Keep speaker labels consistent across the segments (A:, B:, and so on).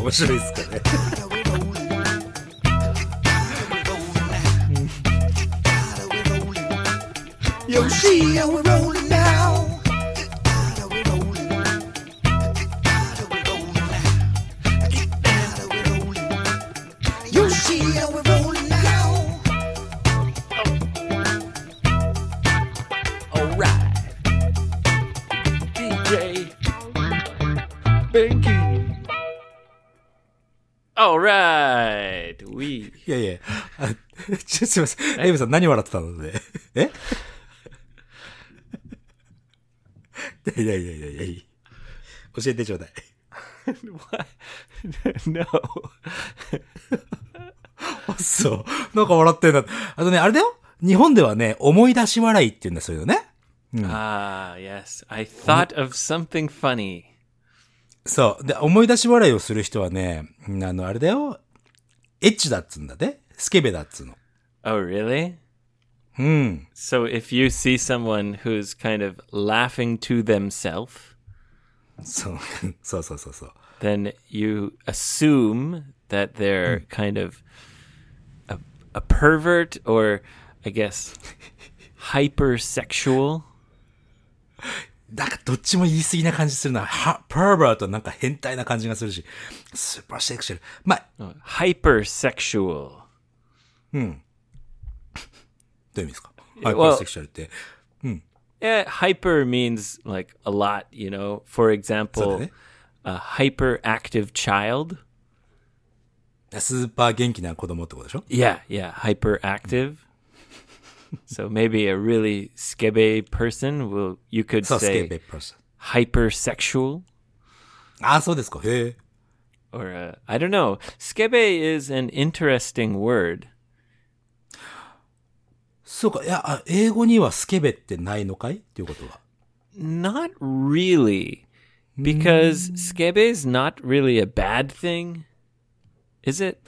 A: 面白いですかね。
B: You see how we're rolling now. You see how we're rolling now.
C: Alright. DJ Binky. Alright. We
A: いやいや、あ、ちょ、すいません。エイブさん何笑ってたので。えいやいやいやいやいや教えてちょうだい。
C: what? no.
A: あそう。なんか笑ってんだ。あとね、あれだよ日本ではね、思い出し笑いって言うんだ、そういうのね。
C: Ah, yes. I thought of something funny.
A: そう。で、思い出し笑いをする人はね、うんあの、あれだよ。エッチだっつうんだね。スケベだっつうの。
C: Oh, really?
A: うん。
C: So if you see someone who's kind of laughing to themselves,
A: そう。 そうそうそうそう。
C: then you assume that they're kind of a, a pervert or, I guess, hypersexual.
A: なんかどっちも言い過ぎな感じするな。は、パーバーとなんか変態な感じがするし、スーパーセクシャル。まあ、
C: Hypersexual.
A: どういう意味ですかハイパ
C: well-
A: ーセクシャルって。
C: Yeah, Eh, hyper means like a lot, you know.
A: そう
C: For
A: だ
C: example,
A: ね。
C: a hyperactive child.
A: スーパー元気な子供ってことでしょ
C: Yeah, yeah, hyperactive. so maybe a really skebe person will you could
A: そう、スケ
C: say
A: ベプラス。
C: hypersexual
A: ああ、そうですか。へえ。
C: or uh, I don't know. Skebe is an interesting word.
A: そうか。いや、あ英語にはスケベってないのかいっていうことは。
C: Not really because skebe is not really a bad thing. Is it?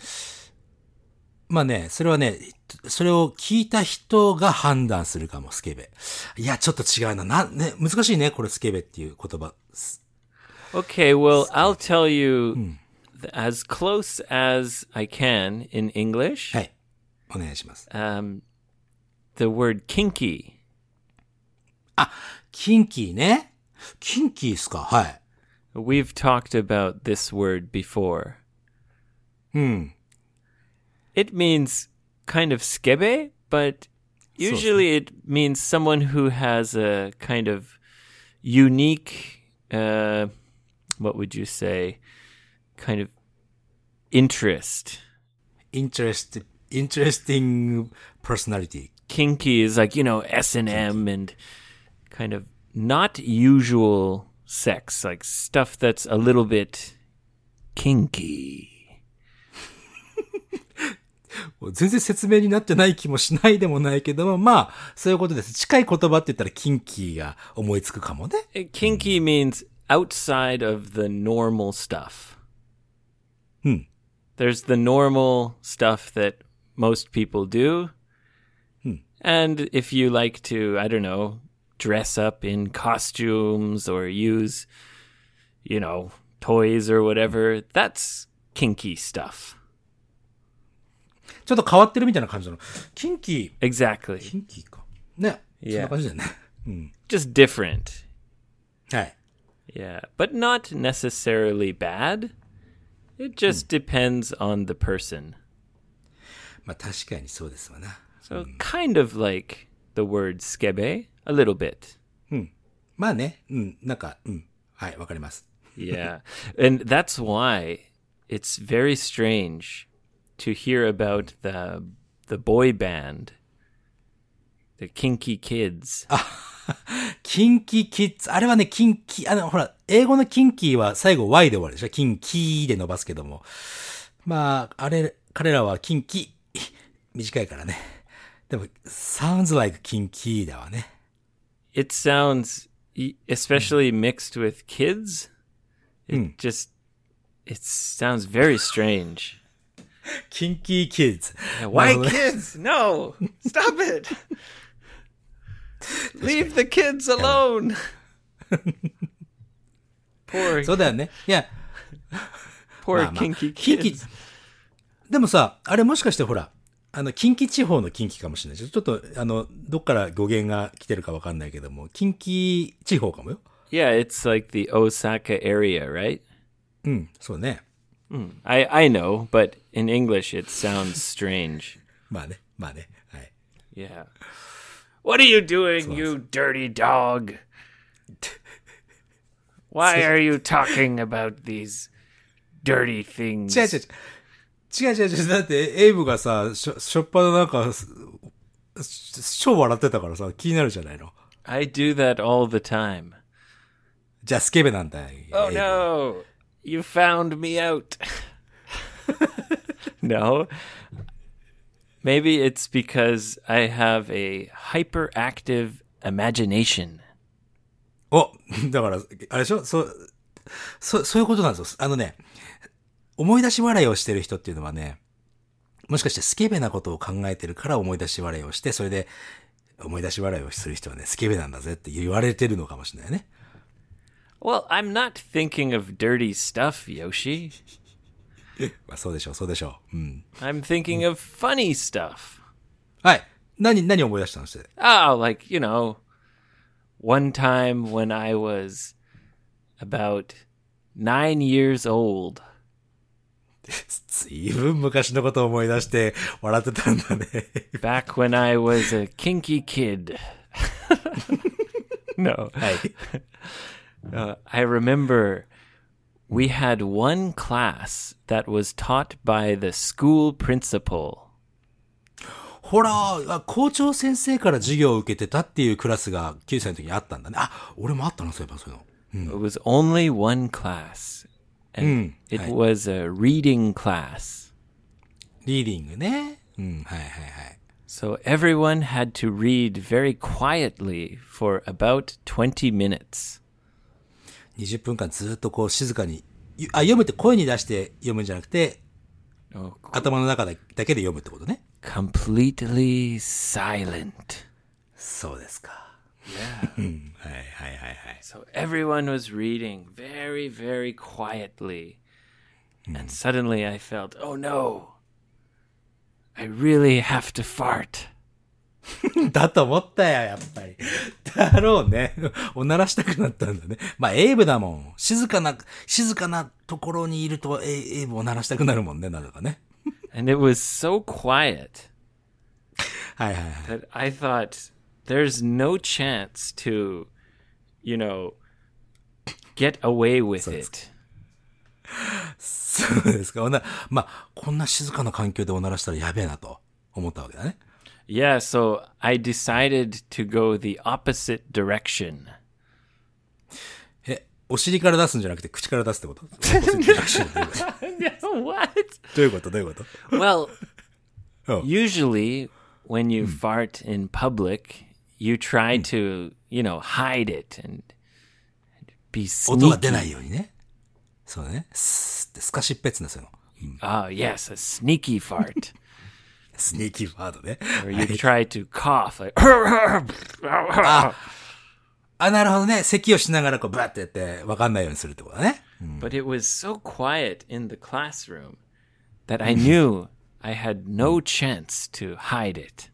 A: まあね、それはね、それを聞いた人が判断するかも、スケベ。いや、ちょっと違うな。な、ね、難しいね、これスケベっていう言葉。す
C: Okay, well, I'll tell you th- as close as I can in English.
A: はい。お願いします。
C: Um, the word kinky.
A: キンキーね。キンキーっすかはい。
C: We've talked about this word before.
A: うん。
C: It means kind of skebe, but usually it means someone who has a kind of unique, uh, what would you say, kind of interest.
A: interest, interesting personality.
C: kinky is like you know S and M and kind of not usual sex, like stuff that's a little bit kinky.
A: 全然説明になってない気もしないでもないけども、まあ、そういうことです。近い言葉って言ったら、キンキーが思いつくかもね。
C: Uh, Kinky means outside of the normal stuff.
A: Hmm.
C: There's the normal stuff that most people do. And if you like to, I don't know, dress up in costumes or use, you know, toys or whatever, that's kinky stuff.
A: ちょっと変わってるみたいな感じなの。キンキー、
C: Exactly.
A: キンキーか。ね。
C: Yeah.
A: そんな感じだよね。うん。
C: Just different.
A: はい。
C: Yeah, but not necessarily bad. It just depends on the person.
A: まあ確かにそうですわな。
C: So kind of like the word skebe, a little bit.
A: まあね。うん。なんか、うん。はい、わかります。
C: Yeah. and that's why it's very strange to hear about the the boy band, the kinky kids.
A: キンキーキッズ。あれはね、キンキー、あの、ほら、英語のキンキーは最後 Y で終わるでしょキンキーで伸ばすけども。まあ、あれ、彼らはキンキー。短いからね。でも、sounds like キンキーだわね。
C: It sounds e- especially mixed with kids. It just it sounds very strange.
A: キンキーキッズ。
C: Why
A: なるほどね
C: kids? No. Stop it. Leave the kids alone. Poor
A: そうだよね。いや、
C: Poor
A: まあまあ
C: kinky
A: 近
C: kids.
A: 畿、でもさ、あれもしかしてほら、あの、近畿地方の近畿かもしれないし、ちょっと、あの、どっから語源が来てるかわかんないけども、近畿地方かもよ。
C: Yeah, it's like the Osaka area, right?
A: うん、そうね。
C: I I know, but in English it sounds strange.
A: まあね、まあね。はい。
C: Yeah. What are you doing, you dirty dog? Why are you talking about these dirty things?
A: 違う違う違う。違う違う違う。だって、エイブがさ、しょ、しょっぱななんか、すし超笑ってたからさ、気になるじゃないの。
C: I do that all the time.
A: じゃあ、スケベなんだ。
C: Oh
A: エイブ
C: no! You found me out. no. Maybe it's because I have a hyperactive imagination.
A: お、だから、あれでしょそう、そ、そういうことなんですよ。あのね、思い出し笑いをしてる人っていうのはね、もしかしてスケベなことを考えてるから思い出し笑いをして、それで思い出し笑いをする人はね、スケベなんだぜって言われてるのかもしれないね。
C: Well, I'm not thinking of dirty stuff, Yoshi.
A: まあ、そうでしょう、そうでしょう。うん。
C: I'm thinking of funny stuff.
A: はい。何、何思い出したのして。
C: Oh, like, you know, one time when I was about nine years old.
A: ずいぶん昔のことを思い出して笑ってたんだね。
C: back when I was a kinky kid. no,
A: はい。
C: uh, I remember we had one class that was taught by the school principal.
A: ほら、あ校長先生から授業を受けてたっていうクラスが9歳の時にあったんだね。あ、俺もあったな、そういえばそういうの。
C: It was only one class, and it
A: I-
C: was a reading class.
A: リーディングね。うん、はいはいはい。
C: So everyone had to read very quietly for about 20 minutes.
A: 20分間ずっとこう静かに、ゆあ、読むって声に出して読むんじゃなくて、
C: Oh,
A: 頭の中だだけで読むってことね。
C: completely silent.
A: そうですか。 うんはいはいはいはい。
C: So everyone was reading very, very quietly. And suddenly I felt, oh no, I really have to fart.
A: だと思ったよ、やっぱり。 だろうね。おならしたくなったんだね。まあ、エイブだもん。静かな、静かなところにいると、エイエイブおならしたくなるもんね、なぜかね。
C: And it was so quiet
A: はいはいはい。
C: that I thought, there's no chance to, you know, get away with it.
A: そうですか。おなまあ、こんな静かな環境でおならしたらやべえなと思ったわけだね。
C: Yeah, so I decided to go the opposite direction.
A: え、お尻から出すんじゃなくて口から出すってことど
C: what?
A: ういうことどういうこと
C: Well,
A: Oh.
C: usually when you fart in public, you try to, you know, hide it and be
A: 音が出
C: sneaky.
A: ないようにね。そうだね。スーってスカシッペッツなそういうの。
C: Ah, yes, a sneaky fart.
A: スニーキーワードね。
C: or you try to cough like, but
A: あ、なるほどね。咳をしながらこうバーってやって分かんないようにするってことだね。
C: it was so quiet in the classroom that I knew I had no chance to hide it.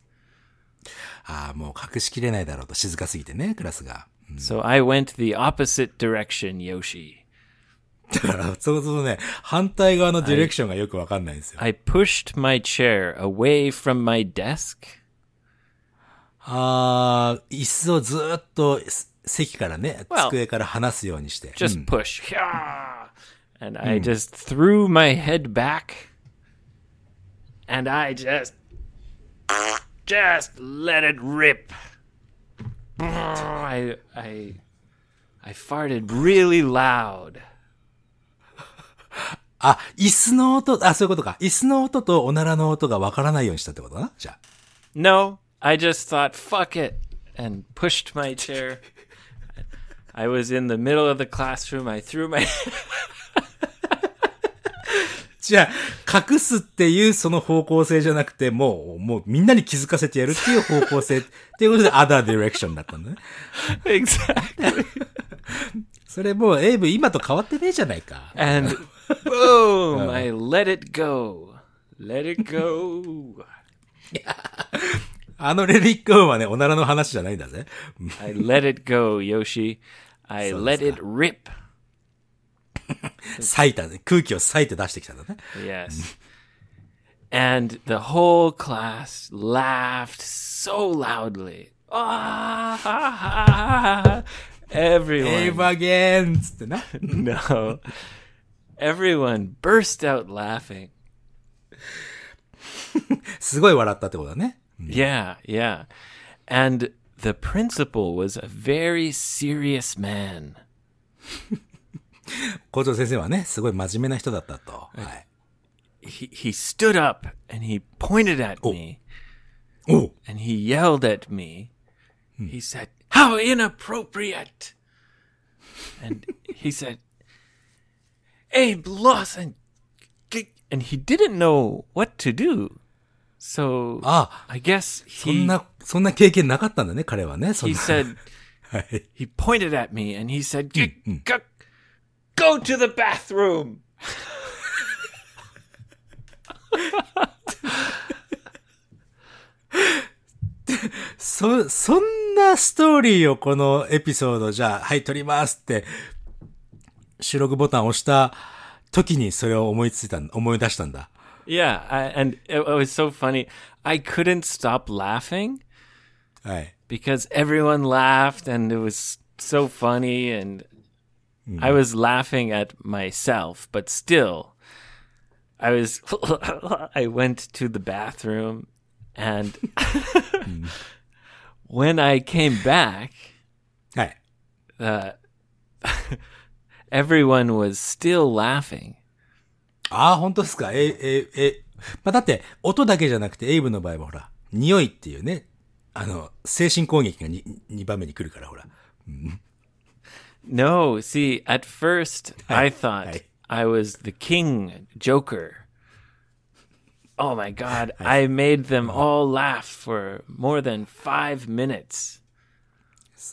A: ああ、もう隠しきれないだろうと静かすぎてね、クラスが。
C: So I went the opposite direction, Yoshi.
A: だから、そうそうね、反対側のディレクションがよく分かんないんですよ。
C: I pushed my chair away from my desk.
A: ああ、椅子をずーっとす席からね、
C: Well,
A: 机から離すようにして。
C: just push. Hyah! And I just threw my head back and I just just let it rip. I I I farted really loud.
A: あ、椅子の音、あ、そういうことか。椅子の音とおならの音が分からないようにしたってことだな。じゃあ。
C: No, I just thought fuck it and pushed my chair. I was in the middle of the classroom. I threw my
A: じゃあ、隠すっていうその方向性じゃなくて、もう、もうみんなに気づかせてやるっていう方向性っていうことで、アダーディレクションだったんだね。
C: exactly
A: それもう、エイブ今と変わってねえじゃないか。
C: and Boom! I let it go. Let it go.
A: あのレリックはね、おならの話じゃないんだぜ。
C: I let it go, Yoshi. I let it rip.
A: 裂いたね。空気を裂いて出してきたんだね。
C: Yes. and the whole class laughed so loudly. Ah,
A: a
C: everyone.
A: バゲンつ ってな。
C: No. Everyone burst out laughing.
A: すごい笑ったってことだね。
C: Yeah, yeah. And the principal was a very serious man.
A: 校長先生はね、すごい真面目な人だったと。はい。
C: He he stood up and he pointed at me.
A: おう
C: and he yelled at me. He said, How inappropriate! And he said, Abe Lawson! g-" And he didn't know what to do. So
A: Ah.
C: I guess
A: そん
C: he,
A: な、そんな経験なかったんだね、彼はね。そん
C: he
A: な。
C: said,
A: はい。
C: he pointed at me and he said, "G- g- Go to the bathroom!
A: そ、そんなストーリーをこのエピソード、じゃあ、はい、撮りますって、収録ボタンを押した時にそれを思いついたん、思い出したんだ。
C: Yeah, I, and it, it was so funny. I couldn't stop laughing.
A: はい。
C: because everyone laughed and it was so funny and I was laughing at myself, but still I was I went to the bathroom and when I came back,
A: はい。
C: uh, everyone was still laughing.
A: ああ、本当ですか。え、え、え、まあ、だって、音だけじゃなくて、エイブの場合はほら、匂いっていうね、あの、精神攻撃が 2, 2番目に来るから、ほら。
C: No, see, at first I thought
A: Hey.
C: I was the king joker. Oh my god, I Oh. made them all laugh for more than 5 minutes.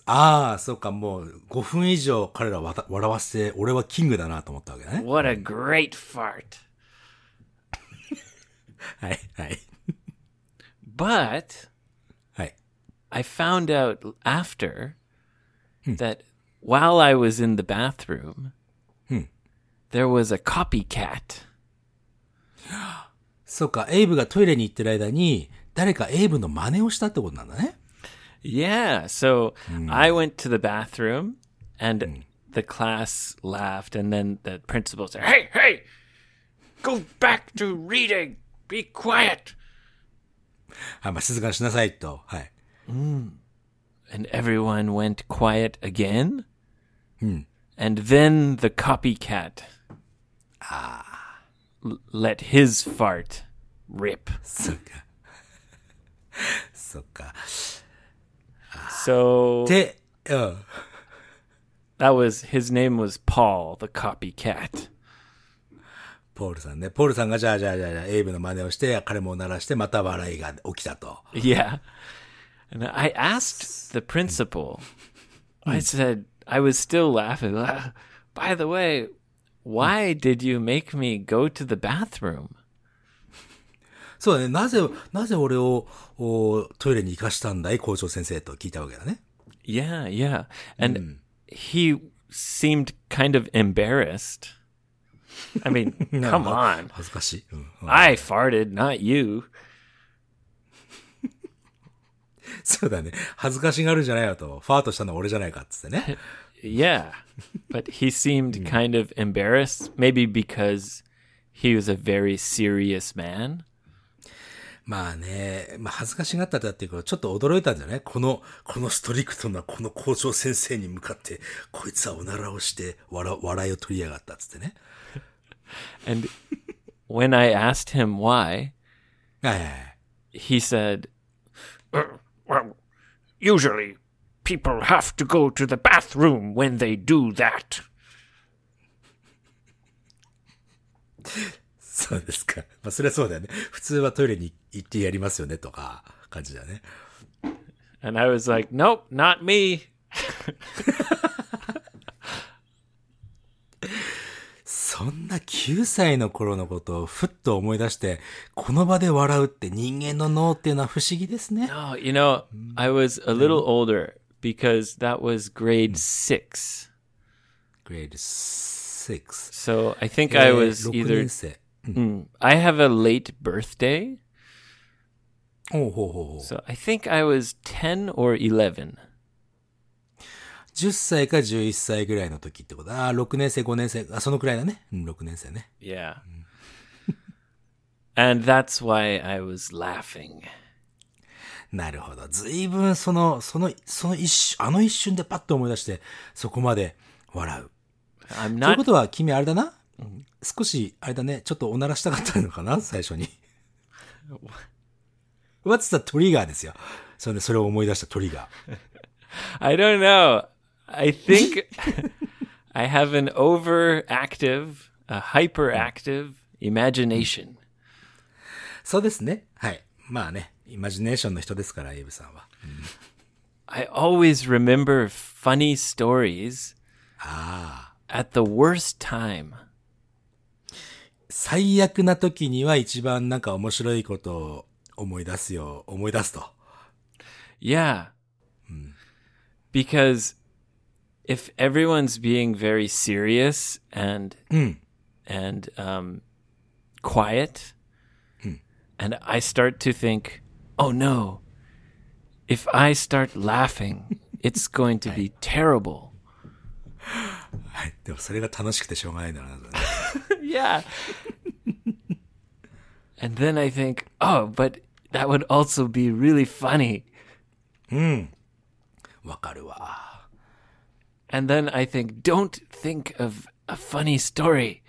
A: ああ、そうか、もう、5分以上彼らをわた笑わせて、俺はキングだなと思ったわけだね。
C: What a great fart.
A: はい、はい、
C: But
A: はい。
C: I found out after that while I was in the bathroom, Hmm. there was a copycat.
A: そうか、エイブがトイレに行ってる間に、誰かエイブの真似をしたってことなんだね。
C: Yeah. So I went to the bathroom and the class laughed. And then the principal said, Hey, hey, go back to reading. Be quiet.
A: はい、まあ、静かにしなさいと。はい。
C: And everyone went quiet again. And then the copycat l- let his fart rip.
A: そうか。そうか。
C: So
A: で、うん。
C: that was his name was Paul, the copycat.
A: ポールさんね。ポールさんが、じゃあじゃあじゃあじゃあ、エイブの真似をして、彼も鳴らして、また笑いが起きたと。
C: Yeah. And I asked the principal, I said, I was still laughing. "Ah, By the way, why did you make me go to the bathroom?
A: そうだね。なぜ、なぜ俺を、おトイレに行かしたんだい校長先生と聞いたわけだね。
C: Yeah, yeah. And Hmm. he seemed kind of embarrassed. I mean, come on.
A: 恥ずかしい。うんうん
C: I farted, not you.
A: そうだね。恥ずかしがるんじゃないよと。ファーとしたのは俺じゃないかっつってね。
C: Yeah. But he seemed kind of embarrassed, maybe because he was a very serious man.
A: まあね、まあ恥ずかしがったっていうか、ちょっと驚いたんじゃないこの、このストリクトなこの校長先生に向かって、こいつはおならをして、笑笑いを取りやがったっつってね。
C: And when I asked him why,
A: はいはいはい。
C: he said,
D: Well, usually people have to go to the bathroom when they do that.
A: そうですか。まあそれはそうだよね。普通はトイレに行ってやりますよねとか、感じだね。
C: and I was like, nope, not me.
A: そそんな9歳の頃のことをふっと思い出して、この場で笑うって人間の脳っていうのは不思議ですね。
C: Oh, you know, I was a little older because that was grade six.
A: Grade 6.
C: So I think I was
A: 6
C: either.
A: 年生。
C: Mm, I have a late birthday.
A: ほうほうほうほう。
C: So I think I was 10 or 11.
A: 10歳か11歳ぐらいの時ってことああ、6年生、5年生、あ、そのくらいだね。うん、6年生ね。
C: Yeah. and that's why I was laughing.
A: なるほど。随分その、その、その一瞬、あの一瞬でパッと思い出して、そこまで笑う。
C: I'm
A: という
C: not.
A: ことは、君あれだな、少し、あれだね、ちょっとおならしたかったのかな最初に。What's the trigger ですよ。それそれを思い出したトリガー。
C: I don't know. I think I have an overactive, a hyperactive imagination.
A: そうですね。はい。まあね、イマジネーションの人ですから、エイブさんは。
C: I always remember funny stories at the worst time.
A: 最悪な時には一番なんか面白いことを思い出すよ、思い出すと。
C: Yeah. Because if everyone's being very serious and and um, quiet, and I start to think, oh no, if I start laughing, it's going to be terrible.
A: はい。でもそれが楽しくてしょうがないんだろうな。
C: Yeah. and then I think, oh, but that would also be really funny.
A: わかるわ。
C: And then I think, don't think of a funny story.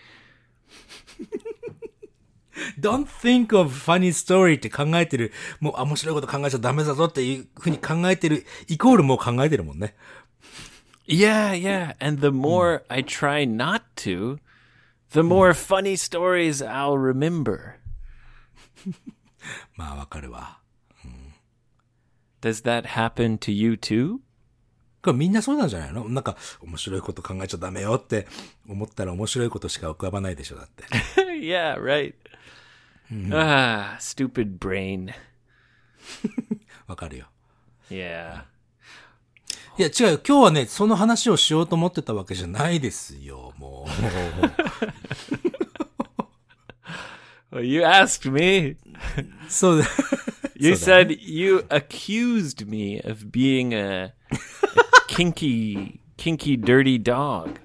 A: Don't think of funny story って考えてる、もう、あ、面白いこと考えちゃダメだぞっていうふうに考えてる、イコールもう考えてるもんね。
C: Yeah, yeah. And the more I try not to, the more funny stories I'll remember.
A: まあ、わかるわ。
C: Does that happen to you too?
A: これみんなそうなんじゃないのなんか、面白いこと考えちゃダメよって思ったら面白いことしか浮かばないでしょ、だって。
C: yeah, right. Ah, stupid brain.
A: わかるよ。
C: Yeah.
A: いや、違うよ。今日はね、その話をしようと思ってたわけじゃないですよ、もう。
C: Well, you asked me.
A: そう だ。
C: You
A: So then-
C: said you accused me of being a, a kinky, kinky, dirty dog.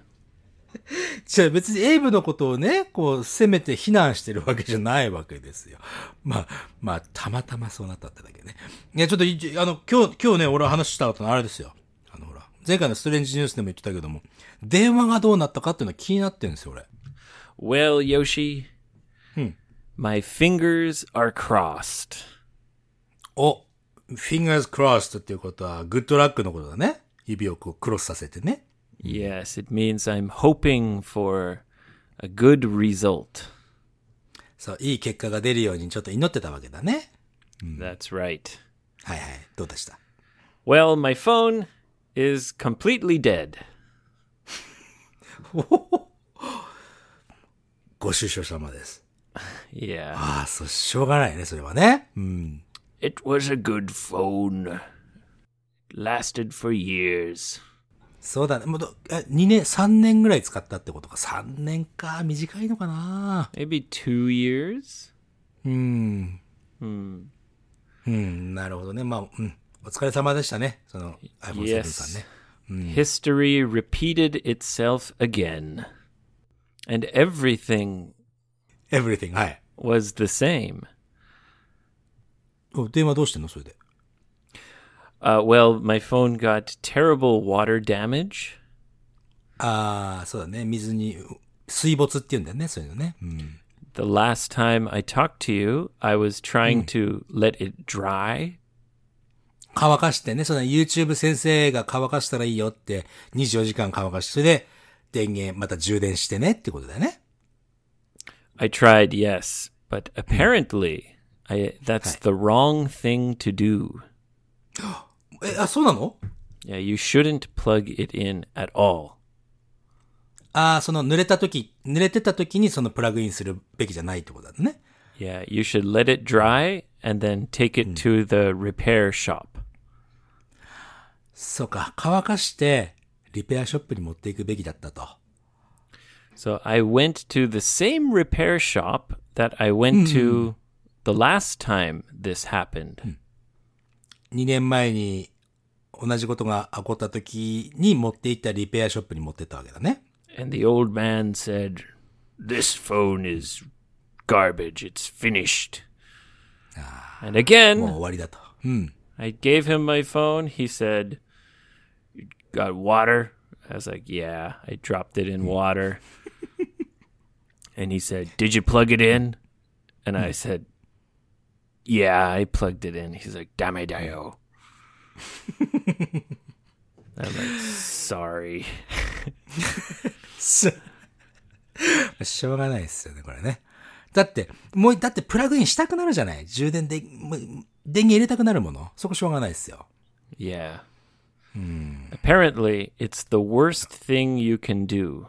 A: じゃあ別にエイブのことをね、こう、責めて非難してるわけじゃないわけですよ。まあ、まあ、たまたまそうなったってだけね。いや、ちょっとい、あの、今日、今日ね、俺話したことのあれですよ。あの、ほら、前回のストレンジニュースでも言ってたけども、電話がどうなったかっていうのは気になってるんですよ、俺。
C: Well, Yoshi, my fingers are crossed.
A: お、fingers crossed っていうことは、グッドラックのことだね。指をこう、クロスさせてね。
C: Yes, it means I'm hoping for a good result.
A: そう、いい結果が出るようにちょっと祈ってたわけだね。
C: That's right.
A: はいはい。どうでした
C: Well, my phone is completely dead.
A: ご愁傷様です。
C: Yeah.
A: ああ、そう、しょうがないね、それはね。うん。
C: It was a good phone. Lasted for years.
A: そうだね。もうど、え、2年、3年ぐらい使ったってことか。3年か。短いのかな
C: Maybe two years?
A: うん、なるほどね。まあ、うん。お疲れ様でしたね。その、iPhone7
C: Yes.
A: さんね。
C: History repeated itself again. And everything
A: Everything. はい。
C: was the same.
A: お電話どうしてんのそれで。
C: Uh, well, my phone got terrible water damage.
A: ああ、そうだね。水に、う水没って言うんだよね。そういうのね。うん。
C: The last time I talked to you, I was trying to let it dry.
A: 乾かしてね。その YouTube 先生が乾かしたらいいよって、24時間乾かして、それで、電源、また充電してねってことだよね。
C: I tried, yes, but apparently I that's the wrong thing to do.
A: え、あ、そうなの
C: Yeah, you shouldn't plug it in at all.
A: ああ、その濡れた時、濡れてた時にそのプラグインするべきじゃないってことだね。
C: Yeah, you should let it dry and then take it to the repair shop.
A: そうか、乾かして、リペアショップに持っていくべきだったと。
C: So I went to the same repair shop that I went to the last time this happened.
A: 2年前に同じことが起こった時に持っていったリペアショップに持ってったわけだね。
C: And the old man said, This phone is garbage. It's finished. And
A: もう
C: again,
A: 終わりだと。うん。
C: I gave him my phone. He said, "You Got water? I was like, Yeah. I dropped it in water. and he said, Did you plug it in? And I said, Yeah, I plugged it in. He's like, Dame dio. I'm like, Sorry.
A: すしょうがないですよね、これね。だって、もう、だってプラグインしたくなるじゃない充電で、もう電源入れたくなるもの。そこしょうがないですよ。
C: Yeah. Apparently, it's the worst thing you can do.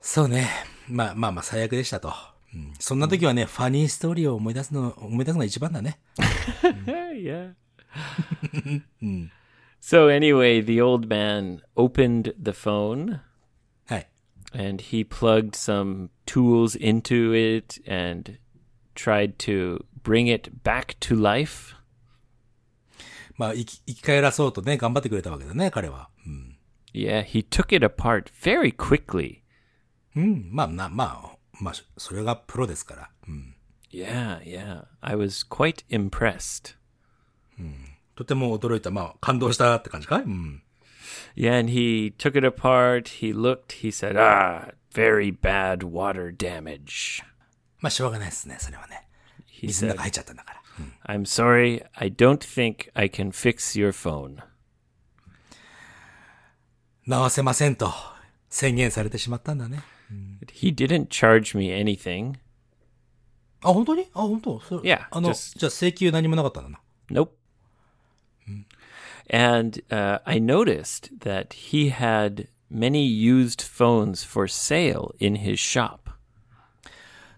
A: そうね。まあまあまあ、最悪でしたと。うん、そんな時はね、ファニーストーリーを思い出すの、思い出すのが一番だね。
C: Yeah, yeah. so, anyway, the old man opened the phone
A: はい。
C: and he plugged some tools into it and tried to bring it back to life.
A: まあ、生き、生き返らそうとね、頑張ってくれたわけだね、彼は。うん。
C: Yeah, he took it apart very quickly.
A: うん、まあ、な、まあ、まあ、それがプロですから。うん。
C: Yeah, yeah. I was quite impressed.
A: とても驚いた。まあ、感動したって感じかいうん。
C: Yeah, and he took it apart. He looked. He said, "Ah, very bad water damage."
A: まあ、しょうがないですね、それはね。
C: He
A: 水の
C: said,
A: 中入っちゃったんだから。うん
C: "I'm sorry. I don't think I can fix your phone."
A: 直せませんと宣言されてしまったんだね。
C: He didn't charge me anything.
A: あ、本当にあ、本当それ
C: いや
A: あの、
C: just-
A: じゃあ請求何もなかったんだな。
C: Nope. And uh, I noticed that he had many used phones for sale in his shop.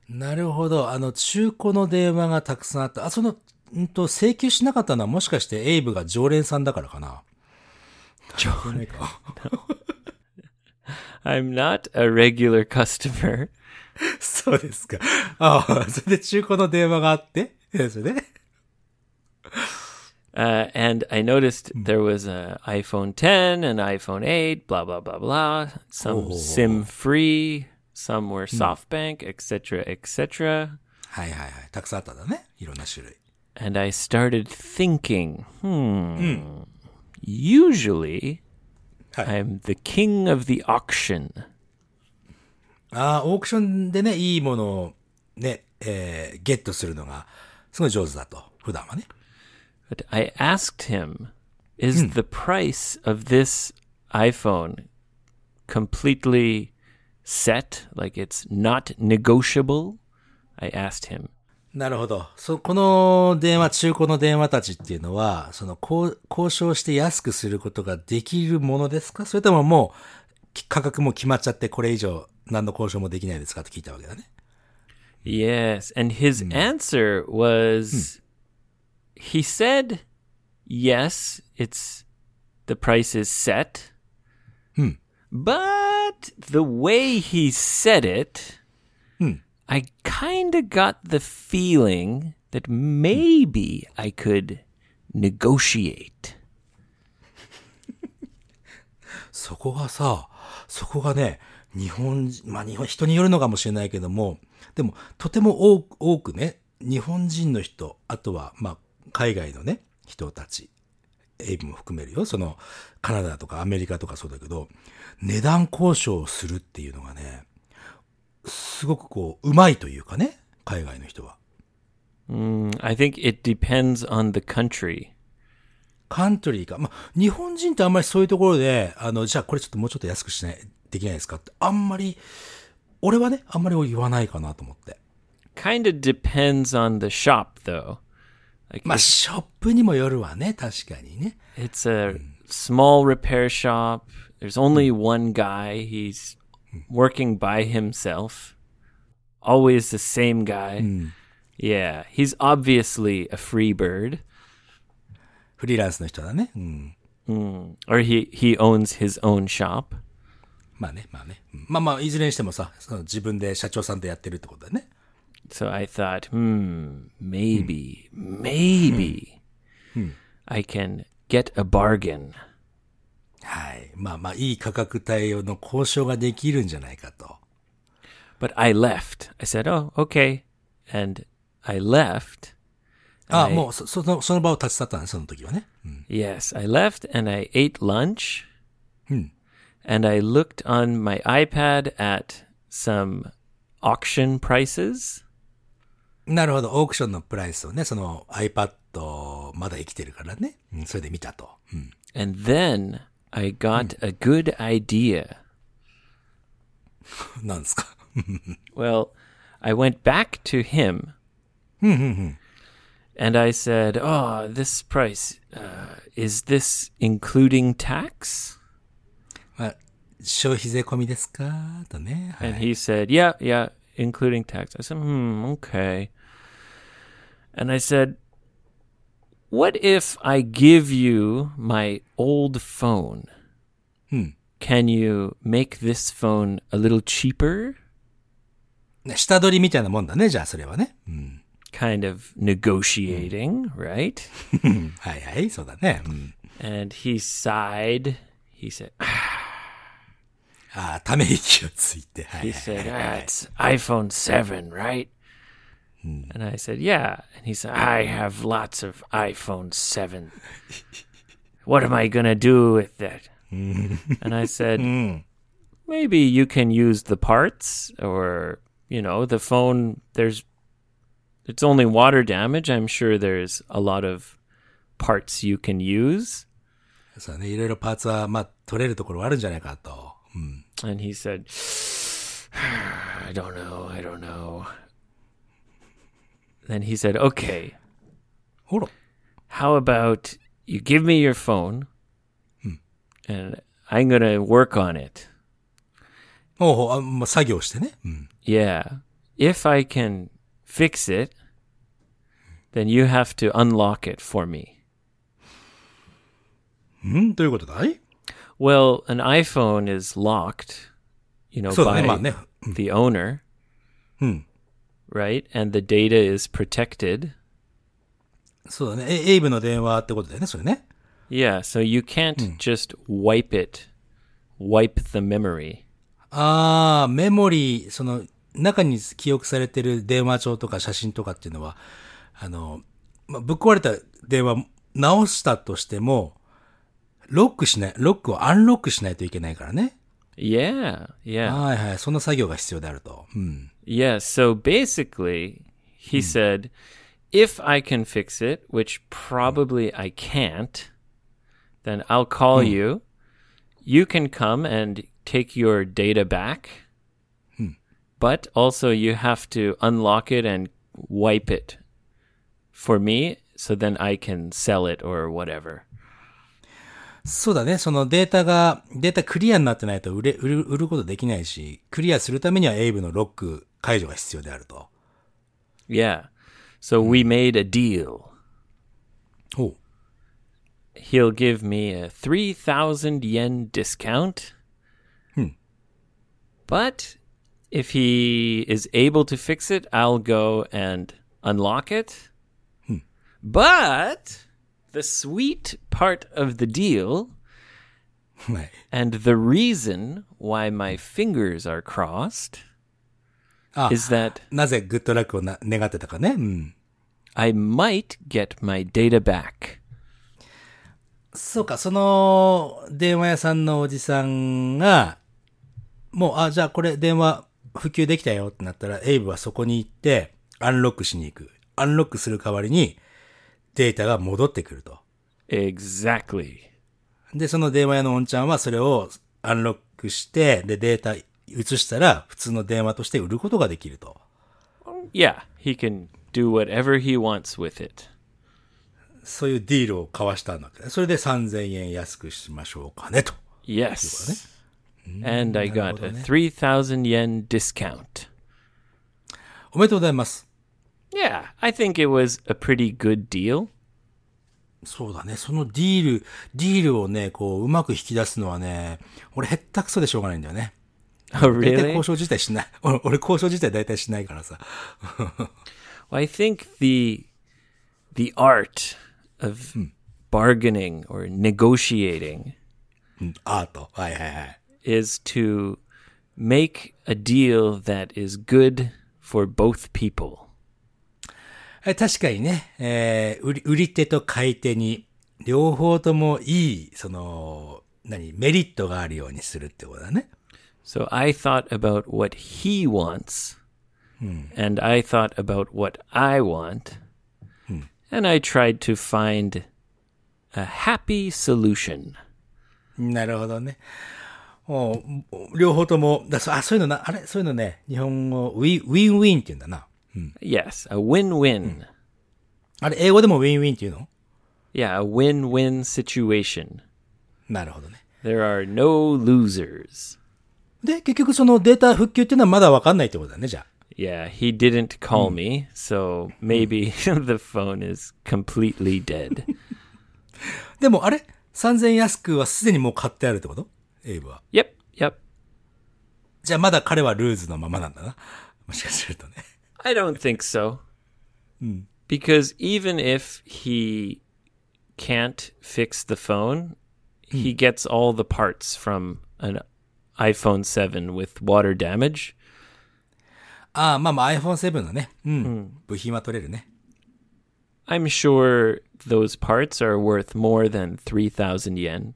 A: なるほど。あの、中古の電話がたくさんあった。あ、その、んと、請求しなかったのはもしかしてエイブが常連さんだからかな。常連か。
C: I'm not a regular customer.
A: そうですか。ああ、それで中古の電話があって、えそれで。
C: Uh, and I noticed there was an iPhone 10, an iPhone 8, blah blah blah blah. Some
A: Oh.
C: SIM free, some were SoftBank, etc., etc.
A: はいはいはい。たくさんあったんだね。いろんな種類。
C: And I started thinking, hmm. Usually,
A: Hi.
C: I'm the king of the auction.
A: ああ、オークションでね、いいものをね、えーゲットするのが、すごい上手だと。普段はね。
C: But I asked him, is the price of this iPhone completely set? Like it's not negotiable? I asked him.
A: なるほど。そ、この電話、中古の電話たちっていうのは、その、交交渉して安くすることができるものですかそれとももう、き価格も決まっちゃって、これ以上何の交渉もできないですかって聞いたわけだね。
C: Yes. And his answer was he said, yes, it's the price is set. But the way he said it, I kind of got the feeling that maybe I could negotiate.
A: そこがさ、そこがね、日本人、まあ日本、人によるのかもしれないけども、でも、とても多く多くね、日本人の人、あとは、まあ、海外のね、人たち、エイブも含めるよ、その、カナダとかアメリカとかそうだけど、値段交渉をするっていうのがね、すごくこう、うまいというかね、海外の人は。
C: Mm, I think it depends on the country.
A: カントリーか。まあ、日本人ってあんまりそういうところで、あの、じゃあこれちょっともうちょっと安くしない、できないですかって、あんまり、俺はね、あんまり言わないかなと思って。
C: Kind of depends on the shop, though. Like
A: まあ、
C: if-
A: ショップにもよるわね、確かにね。
C: It's a small repair shop. There's only one guy. He's working by himself. Always the same guy. Yeah, he's obviously a free bird,
A: フリーランスの人だね。うん。
C: or he he owns his own shop.
A: まあね、まあね。うんまあまあ、いずれにしてもさ、その自分で社長さんとやってるってことだね。
C: So I thought, hmm, maybe, maybe I can get a bargain.
A: はい。まあまあ、いい価格帯の交渉ができるんじゃないかと。
C: But I left. I said, oh, okay. And I left.
A: ああ、
C: はい
A: もうそ、その、その場を立ち去ったね、その時はね。うん
C: Yes, I left and I ate lunch. And I looked on my iPad at some auction prices.
A: なるほど。オークションのプライスをね、その iPad まだ生きてるからね。うんそれで見たと。うん
C: And then I got a good idea.
A: なんですか
C: Well, I went back to him. and I said, Oh, this price, uh, is this including tax?
A: まあ、 消費税込みですかとね。はい
C: And he said, Yeah, yeah, including tax. I said, Hmm, okay. And I said, What if I give you my old phone? Can you make this phone a little cheaper?
A: ね下取りみたいなもんだね、じゃあそれはね。うん
C: Kind of negotiating, right?
A: はいはい、そうだね。うん、
C: And he sighed. He said,
A: ああ、ため息をついて。はい、
C: He
A: はい。
C: said, ah, it's iPhone 7, right? And I said, yeah. And he said, I have lots of iPhone 7. what am I going to do with that? and I said, maybe you can use the parts or, you know, the phone. There's, it's only water damage. I'm sure there's a lot of parts you can use.
A: そうね、いろいろパーツは、まあ、取れるところはあるんじゃないかと。うん。
C: And he said, I don't know, I don't know. Then he said, Okay,
A: ほら。
C: how about you give me your phone and I'm going to work on it.
A: おうあまあ、作業してね。うん。
C: Yeah. If I can fix it, then you have to unlock it for me.
A: うんどういうことだい
C: Well, an iPhone is locked, you know,
A: そうだね、
C: by
A: まあね。
C: the owner,
A: うん。
C: right? And the data is protected.
A: そうだね。えエイブの電話ってことだよね、それね。
C: Yeah, so you can't just wipe it, wipe the memory.
A: ああ、メモリー、その、中に記憶されてる電話帳とか写真とかっていうのは、あの、まあ、ぶっ壊れた電話、直したとしても、ロックしない、ロックをアンロックしないといけないからね。
C: Yeah, yeah,
A: はいはい、その作業が必要であると。うん。
C: yeah. So basically, he said, if I can fix it, which probably I can't, then I'll call you. You can come and take your data back, but also you have to unlock it and wipe it for me so then I can sell it or whatever.
A: そうだね、そのデータが、データクリアになってないと売れ、売る、売ることできないし、クリアするためにはエイブのロック解除が必要であると。
C: Yeah. So we made a deal.
A: ほう。
C: He'll give me a 3,000 yen discount. But if he is able to fix it, I'll go and unlock it. But the sweet part of the deal
A: はい。
C: and the reason why my fingers are crossed
A: あ、
C: is that
A: なぜグッドラックをな願ってたかね。うん。
C: I might get my data back.
A: そうか、その、電話屋さんのおじさんが、もう、あ、じゃあこれ電話普及できたよってなったら、エイブはそこに行って、アンロックしに行く。アンロックする代わりに、データが戻ってくると。
C: Exactly.
A: で、その電話屋のおんちゃんはそれをアンロックして、で、データ移したら、普通の電話として売ることができると。
C: Yeah, he can do whatever he wants with it.
A: そういうディールを交わしたんだけど、それで3000円安くしましょうかね、と。
C: Yes. And I got
A: なる
C: a
A: ほどね
C: 3,000 yen discount.
A: おめでとうございます。
C: Yeah, I think it was a pretty good deal.
A: そうだね。そのディール、ディールをね、こう、うまく引き出すのはね、俺、へったくそでしょうがないんだよね。
C: Oh,
A: 大体
C: really?
A: 交渉自体しない。 俺、俺交渉自体大体しないからさ。
C: Well, I think the the art of bargaining or negotiating
A: アート。はいはいはい。
C: is to make a deal that is good for both people.
A: え確かにね、えー売り、売り手と買い手に、両方ともいい、その、何、メリットがあるようにするってことだね。
C: So I thought about what he wants, and I thought about what I want, and I tried to find a happy solution.
A: なるほどね。おう両方とも、だそうあ、そういうのな、あれそういうのね、日本語、ウィウィンウィンって言うんだな。
C: Yes, a win win.
A: あれ、英語でもウィンウィンって言うの
C: Yeah, a win win situation.
A: なるほどね。
C: There are no losers.
A: で、結局そのデータ復旧っていうのはまだわかんないってことだね、じゃあ。
C: Yeah, he didn't call me, so maybe the phone is completely dead.
A: でも、あれ ?3000 安くはすでにもう買ってあるってことエイブは。
C: yep, yep.
A: じゃあまだ彼はルーズのままなんだな。もしかす るとね。
C: I don't think so. Because even if he can't fix the phone, he gets all the parts from an iPhone 7 with water damage.
A: ああ、まあまあ iPhone7 のね、うん。部品は取れるね。
C: I'm sure those parts are worth more than 3,000 yen.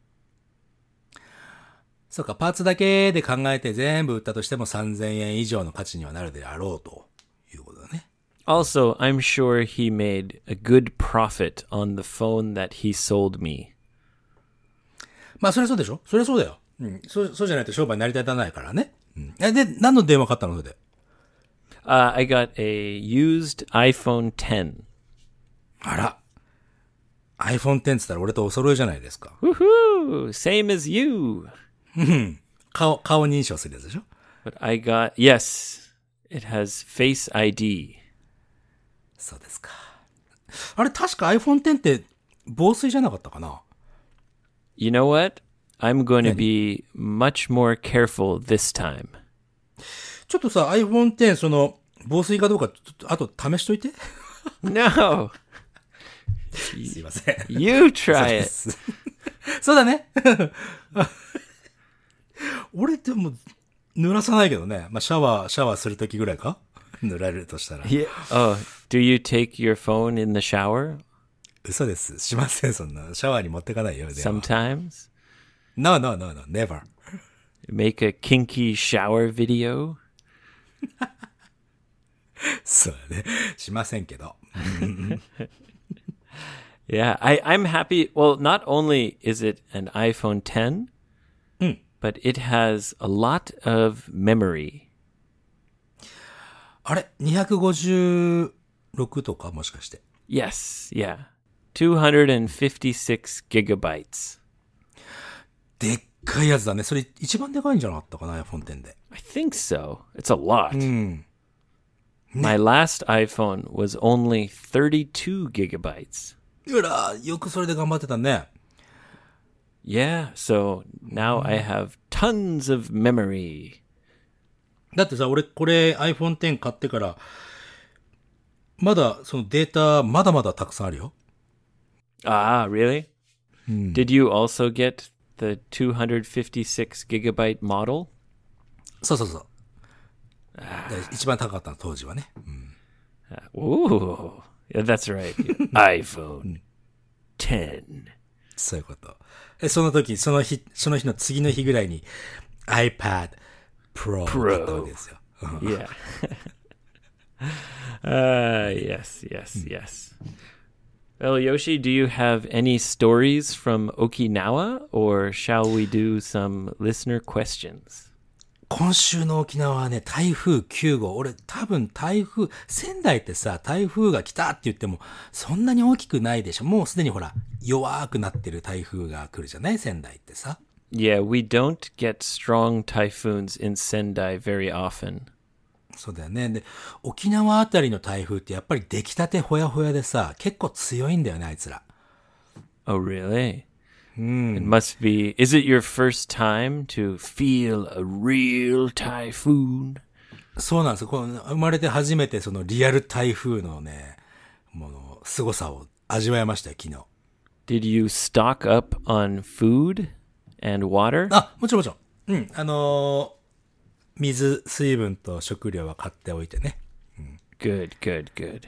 A: そうか、パーツだけで考えて全部売ったとしても3000円以上の価値にはなるであろうということだね。
C: Also, I'm sure he made a good profit on the phone that he sold me.
A: まあ、そりゃそうでしょそりゃそうだよ。うん。そう、そうじゃないと商売成り立たないからね。うん。え、で、何の電話買ったのそれで。
C: Uh, I got a used iPhone 10.
A: あら。iPhone 10って言ったら俺とお揃いじゃないですか。
C: Woohoo! Same as you.
A: 顔、顔認証するやつでしょ
C: But I got yes, it has Face ID.
A: そうですか。あれ、確か iPhone 10って防水じゃなかったかな
C: You know what? I'm going to be much more careful this time.
A: ちょっとさ、iPhone 10その、防水かどうか、ちょっと、あと試しといて。
C: No,
A: すいません。
C: you try it.
A: そうだね。 俺でも、濡らさないけどね。まあ、シャワー、シャワーするときぐらいか濡られるとしたら。
C: Yeah. Oh, do you take your phone in the shower
A: 嘘です。しません、そんな。シャワーに持ってかないよ。でも
C: sometimes?
A: no, no, no, no, never.
C: Make a kinky shower video?
A: そうだね。しませんけど。
C: Yeah, I, I'm happy. Well, not only is it an iPhone 10, but it has a lot of memory.
A: あれ ?256 とかもしかして。
C: Yes, yeah. 256 gigabytes.
A: でっかいやつだね。それ一番でかいんじゃなかったかな、iPhone 10で。
C: I think so. It's a lot. My last iPhone was only 32 gigabytes.
A: うら、よくそれで頑張ってたね。
C: Yeah, so now I have tons of memory.
A: だってさ、俺、これ iPhone X 買ってから、まだ、そのデータ、まだまだたくさんあるよ。
C: Ah, really? Did you also get the 256 gigabyte model?
A: そうそうそう。だから一番高かったの、当時はね。
C: Ooh, yeah, that's right. iPhone 10.
A: そういうこと。え、その時、その日、その日の次の日ぐらいに iPad Pro 買ったわけですよ。
C: yeah. uh, yes, yes, yes. Well, Yoshi, do you have any stories from Okinawa, or shall we do some listener questions?
A: 今週の沖縄はね、台風9号。俺、多分台風、仙台ってさ、台風が来たって言っても、そんなに大きくないでしょ。もうすでにほら、弱くなってる台風が来るじゃない仙台ってさ。
C: Yeah, we don't get strong typhoons in Sendai very often.
A: そうだよね。で、沖縄あたりの台風ってやっぱり出来たてほやほやでさ、結構強いんだよね、あいつら。
C: Oh, really? It must be. Is it your first time to feel a real typhoon?
A: そうなんですよ。この生まれて初めてそのリアル台風のね、もの、凄さを味わいましたよ、昨日。
C: Did you stock up on food and water?
A: あ、もちろんもちろん。うん、あのー水、水分と食料は買っておいてね。
C: Good, good, good.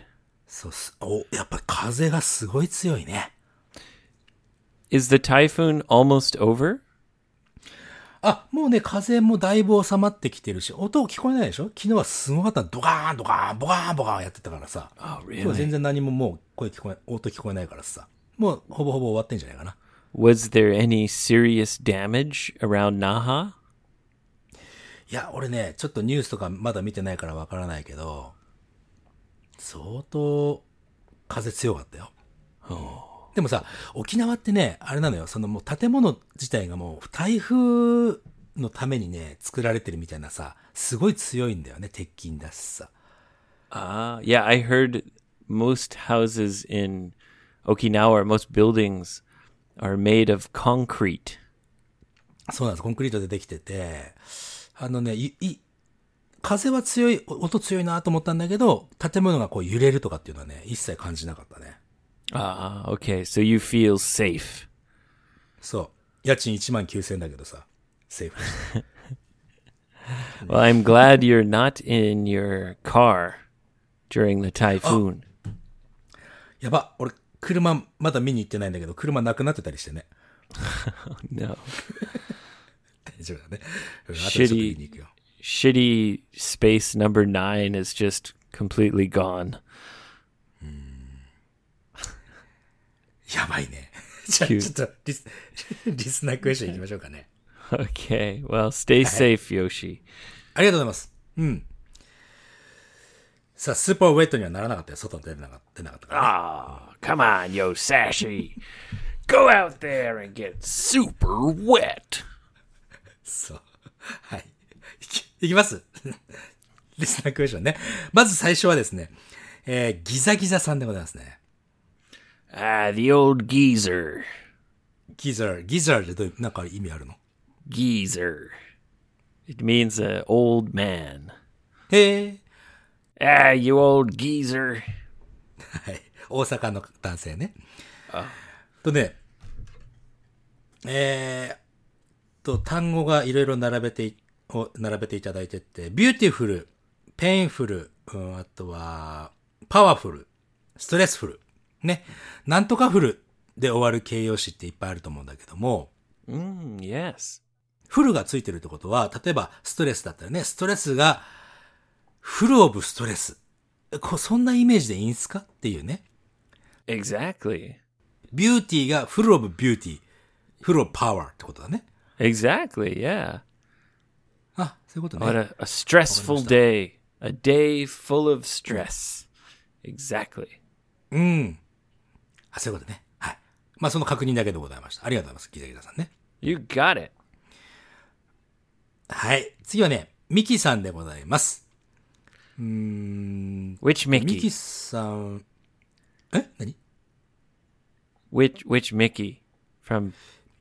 A: そうっす。お、やっぱ風がすごい強いね。
C: Is the typhoon almost over?
A: あ、もうね、風もだいぶ収まってきてるし、音聞こえないでしょ昨日はすごかった。ドカーン、ドカーン、ボカーン、ボカーンやってたからさ。
C: Oh,
A: 今日は全
C: really?
A: 然何ももう声聞こえ、音聞こえないからさ。もうほぼほぼ終わってんじゃないかな。
C: Was there any serious damage around Naha?
A: いや、俺ね、ちょっとニュースとかまだ見てないからわからないけど、相当風強かったよ。でもさ、沖縄ってね、あれなのよ、そのもう建物自体がもう台風のためにね、作られてるみたいなさ、すごい強いんだよね、鉄筋だしさ。
C: Ah, yeah, I heard most houses in Okinawa, or most buildings, are made of concrete.
A: そうなんです。コンクリートでできてて、あのね、い、い風は強い、お音強いなと思ったんだけど、建物がこう揺れるとかっていうのはね、一切感じなかったね。
C: Ah, okay, so you feel safe.
A: そう。家賃1万9000円だけどさ、セーフ。
C: Well, I'm glad you're not in your car during the typhoon.
A: やば、俺、車、まだ見に行ってないんだけど、車なくなってたりしてね。
C: No.
A: 大丈夫だね。うん後でちょっと見に行くよ。
C: Shitty space number nine is just completely gone.
A: やばいね。じゃあ、ちょっとリス、 リスナークエスチョン行きましょうかね。
C: Okay, well, stay safe, Yoshi.
A: ありがとうございます。うん。さあ、スーパーウェットにはならなかったよ。外に出なかった出なかったから。
D: Ah, come on, yo, Sashi. Go out there and get super wet.
A: そう。 はい。いき、いきます リスナークエスチョンね。まず最初はですね、えー、ギザギザさんでございますね。
D: Ah, the old geezer.
A: ギザー、ギザーってどういう、なんか意味あるの
D: Geezer.
C: It means an old man.
A: へえ。
D: Ah, you old geezer.
A: はい。大阪の男性ね。とね、えーっと、単語がいろいろ並べてい、を並べていただいてって、ビューティフル、ペインフル、うん、あとは、パワフル、ストレスフル、ね、なんとかフルで終わる形容詞っていっぱいあると思うんだけども、
C: Mm, yes.
A: フルがついてるってことは、例えばストレスだったらね、ストレスが、フルオブストレス。こうそんなイメージでいいんすかっていうね。
C: Exactly.
A: ビューティーがフルオブビューティー、フルオブパワーってことだね。
C: Exactly, yeah.
A: あ、そういうこと
C: What
A: ね。
C: a, a stressful day. A day full of stress. Exactly.
A: あ、そういうことね。はい。まあその確認だけでございました。ありがとうございます。ギザギザさんね。
C: You got it.
A: はい。次はね、ミキさんでございます。
C: Which
A: ミ
C: Mickey?
A: キさん、え何
C: Which which Mickey? From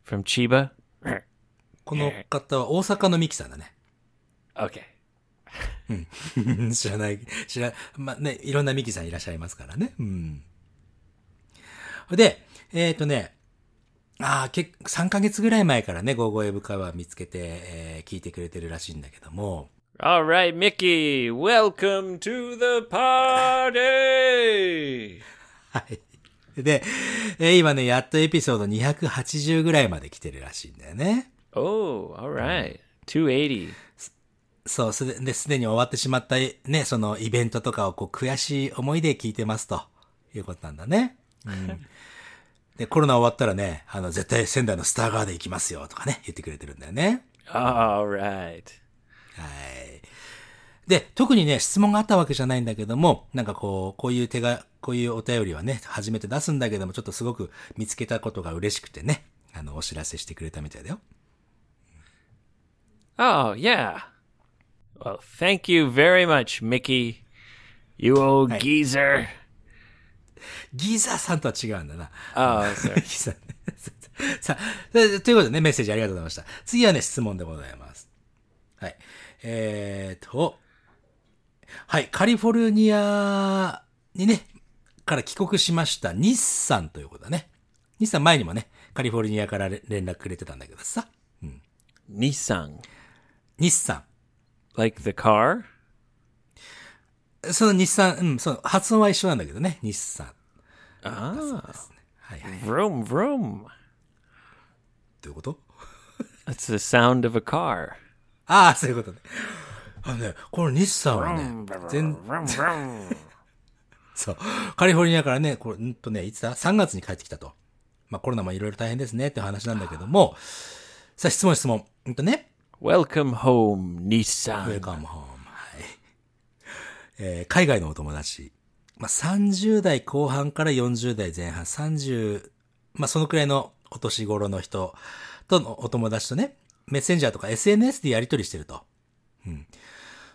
C: from Chiba?
A: この方は大阪のミキさんだね。
C: Okay.
A: 知らない、知ら、まあ、ね、いろんなミキさんいらっしゃいますからね。うん。で、えっ、とね、ああ、結構3ヶ月ぐらい前からね、ゴーゴーエブカは見つけて、えー聞いてくれてるらしいんだけども、
C: All right, Mickey, welcome to the party.
A: で、えー今ね、やっとエピソード280ぐらいまで来てるらしいんだよね。
C: Oh, all right. 280.
A: そう、すで、で、すでに終わってしまった、ね、そのイベントとかをこう、悔しい思いで聞いてますと、いうことなんだね。うん。で、コロナ終わったらね、あの、絶対仙台のスターガーデン行きますよ、とかね、言ってくれてるんだよね。
C: All right.
A: で、特にね、質問があったわけじゃないんだけども、なんかこう、こういう手が、こういうお便りはね、初めて出すんだけども、ちょっとすごく見つけたことが嬉しくてね、あの、お知らせしてくれたみたいだよ。
C: Oh, yeah. Well, thank you very much, Mickey. You old geezer.
A: ギザさんとは違うんだな。
C: Oh, sorry.
A: ギザね。さあ、でということでね、メッセージありがとうございました。次はね、質問でございます。はい。えーと、はい、カリフォルニアにね、から帰国しました、日産ということだね。日産前にもね、カリフォルニアかられ連絡くれてたんだけどさ。
C: Nissan.
A: 日産。
C: Like the car?
A: その日産、うん、その発音は一緒なんだけどね、日産。
C: Ah,
A: はいはい。
C: vroom, vroom.
A: どういうこと
C: That's the sound of a car.
A: ああ、そういうことね。あのね、この日産はね、全
D: Vroom, vroom.
A: そう。カリフォルニアからね、これ、んとね、いつだ ?3 月に帰ってきたと。まあコロナもいろいろ大変ですねって話なんだけども、さあ質問質問。うんとね、
C: Welcome home,
A: ウェル
C: Nissan.
A: カムホーム。はい。えー海外のお友達。まあ30代後半から40代前半、30、まあそのくらいのお年頃の人とのお友達とね、メッセンジャーとか SNS でやり取りしてると。うん。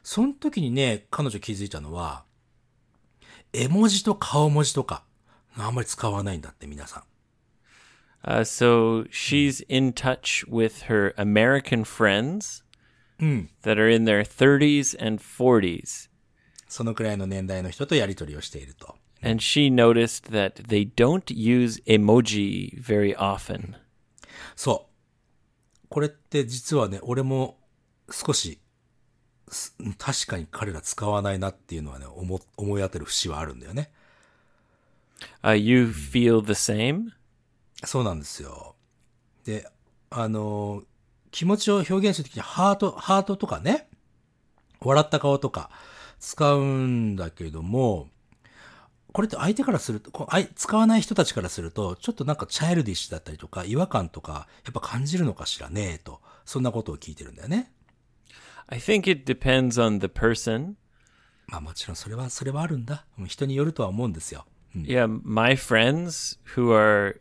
A: その時にね、彼女気づいたのは、絵文字と顔文字とか、あんまり使わないんだって皆さん。
C: Uh, so she's in touch with her American friends that are in their 30s and 40s.
A: そのくらいの年代の人とやり取りをしていると。
C: And she noticed that they don't use emoji very often.
A: そう。これって実はね、俺も少し、す確かに彼ら使わないなっていうのはね、思思い当てる節はあるんだよね。
C: Uh, you feel the same?
A: そうなんですよ。で、あの、気持ちを表現するときにハート、ハートとかね、笑った顔とか使うんだけども、これって相手からすると、こうあい使わない人たちからすると、ちょっとなんかチャイルディッシュだったりとか、違和感とか、やっぱ感じるのかしらね、と、そんなことを聞いてるんだよね。
C: I think it depends on the person.
A: まあもちろんそれは、それはあるんだ。うん人によるとは思うんですよ。うん
C: Yeah, my friends who are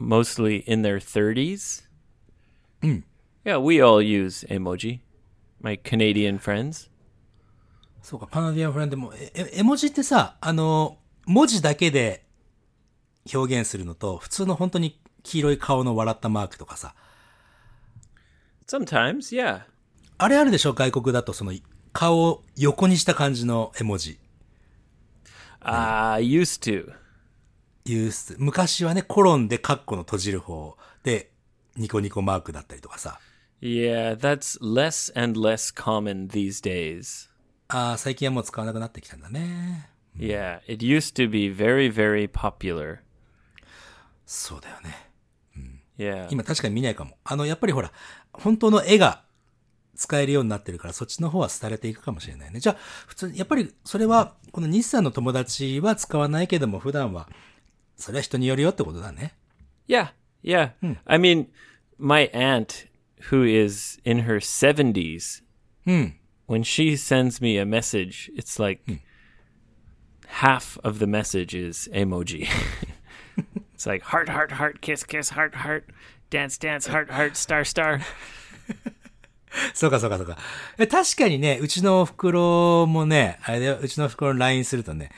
C: mostly in their 30s. Yeah, we all use emoji. My Canadian friends.
A: そうか、パナディアンフレンドも、ええ絵文字ってさ、あの、文字だけで表現するのと、普通の本当に黄色い顔の笑ったマークとかさ、
C: Sometimes, yeah.
A: あれあるでしょ外国だとその顔を横にした感じの絵文字。
C: I used to.
A: ユース昔はね、コロンでカッコの閉じる方で、ニコニコマークだったりとかさ。
C: Yeah, that's less and less common these days.
A: ああ、最近はもう使わなくなってきたんだね。
C: Yeah, it used to be very, very popular.
A: そうだよね。
C: Yeah.
A: 今確かに見ないかも。あの、やっぱりほら、本当の絵が使えるようになってるから、そっちの方は廃れていくかもしれないね。じゃあ、普通に、やっぱりそれは、この日産の友達は使わないけども、普段は、それは人によるよってことだね。
C: Yeah, yeah. I mean, my aunt, who is in her 70s, when she sends me a message, it's like half of the message is emoji. it's like heart,
D: Heart, heart, heart, kiss, kiss, heart, heart. Dance, dance, heart, heart, star, star.
A: そうかそうかそうか。え確かにね、うちのお袋もね、あれだよ、うちのお袋の LINE するとね、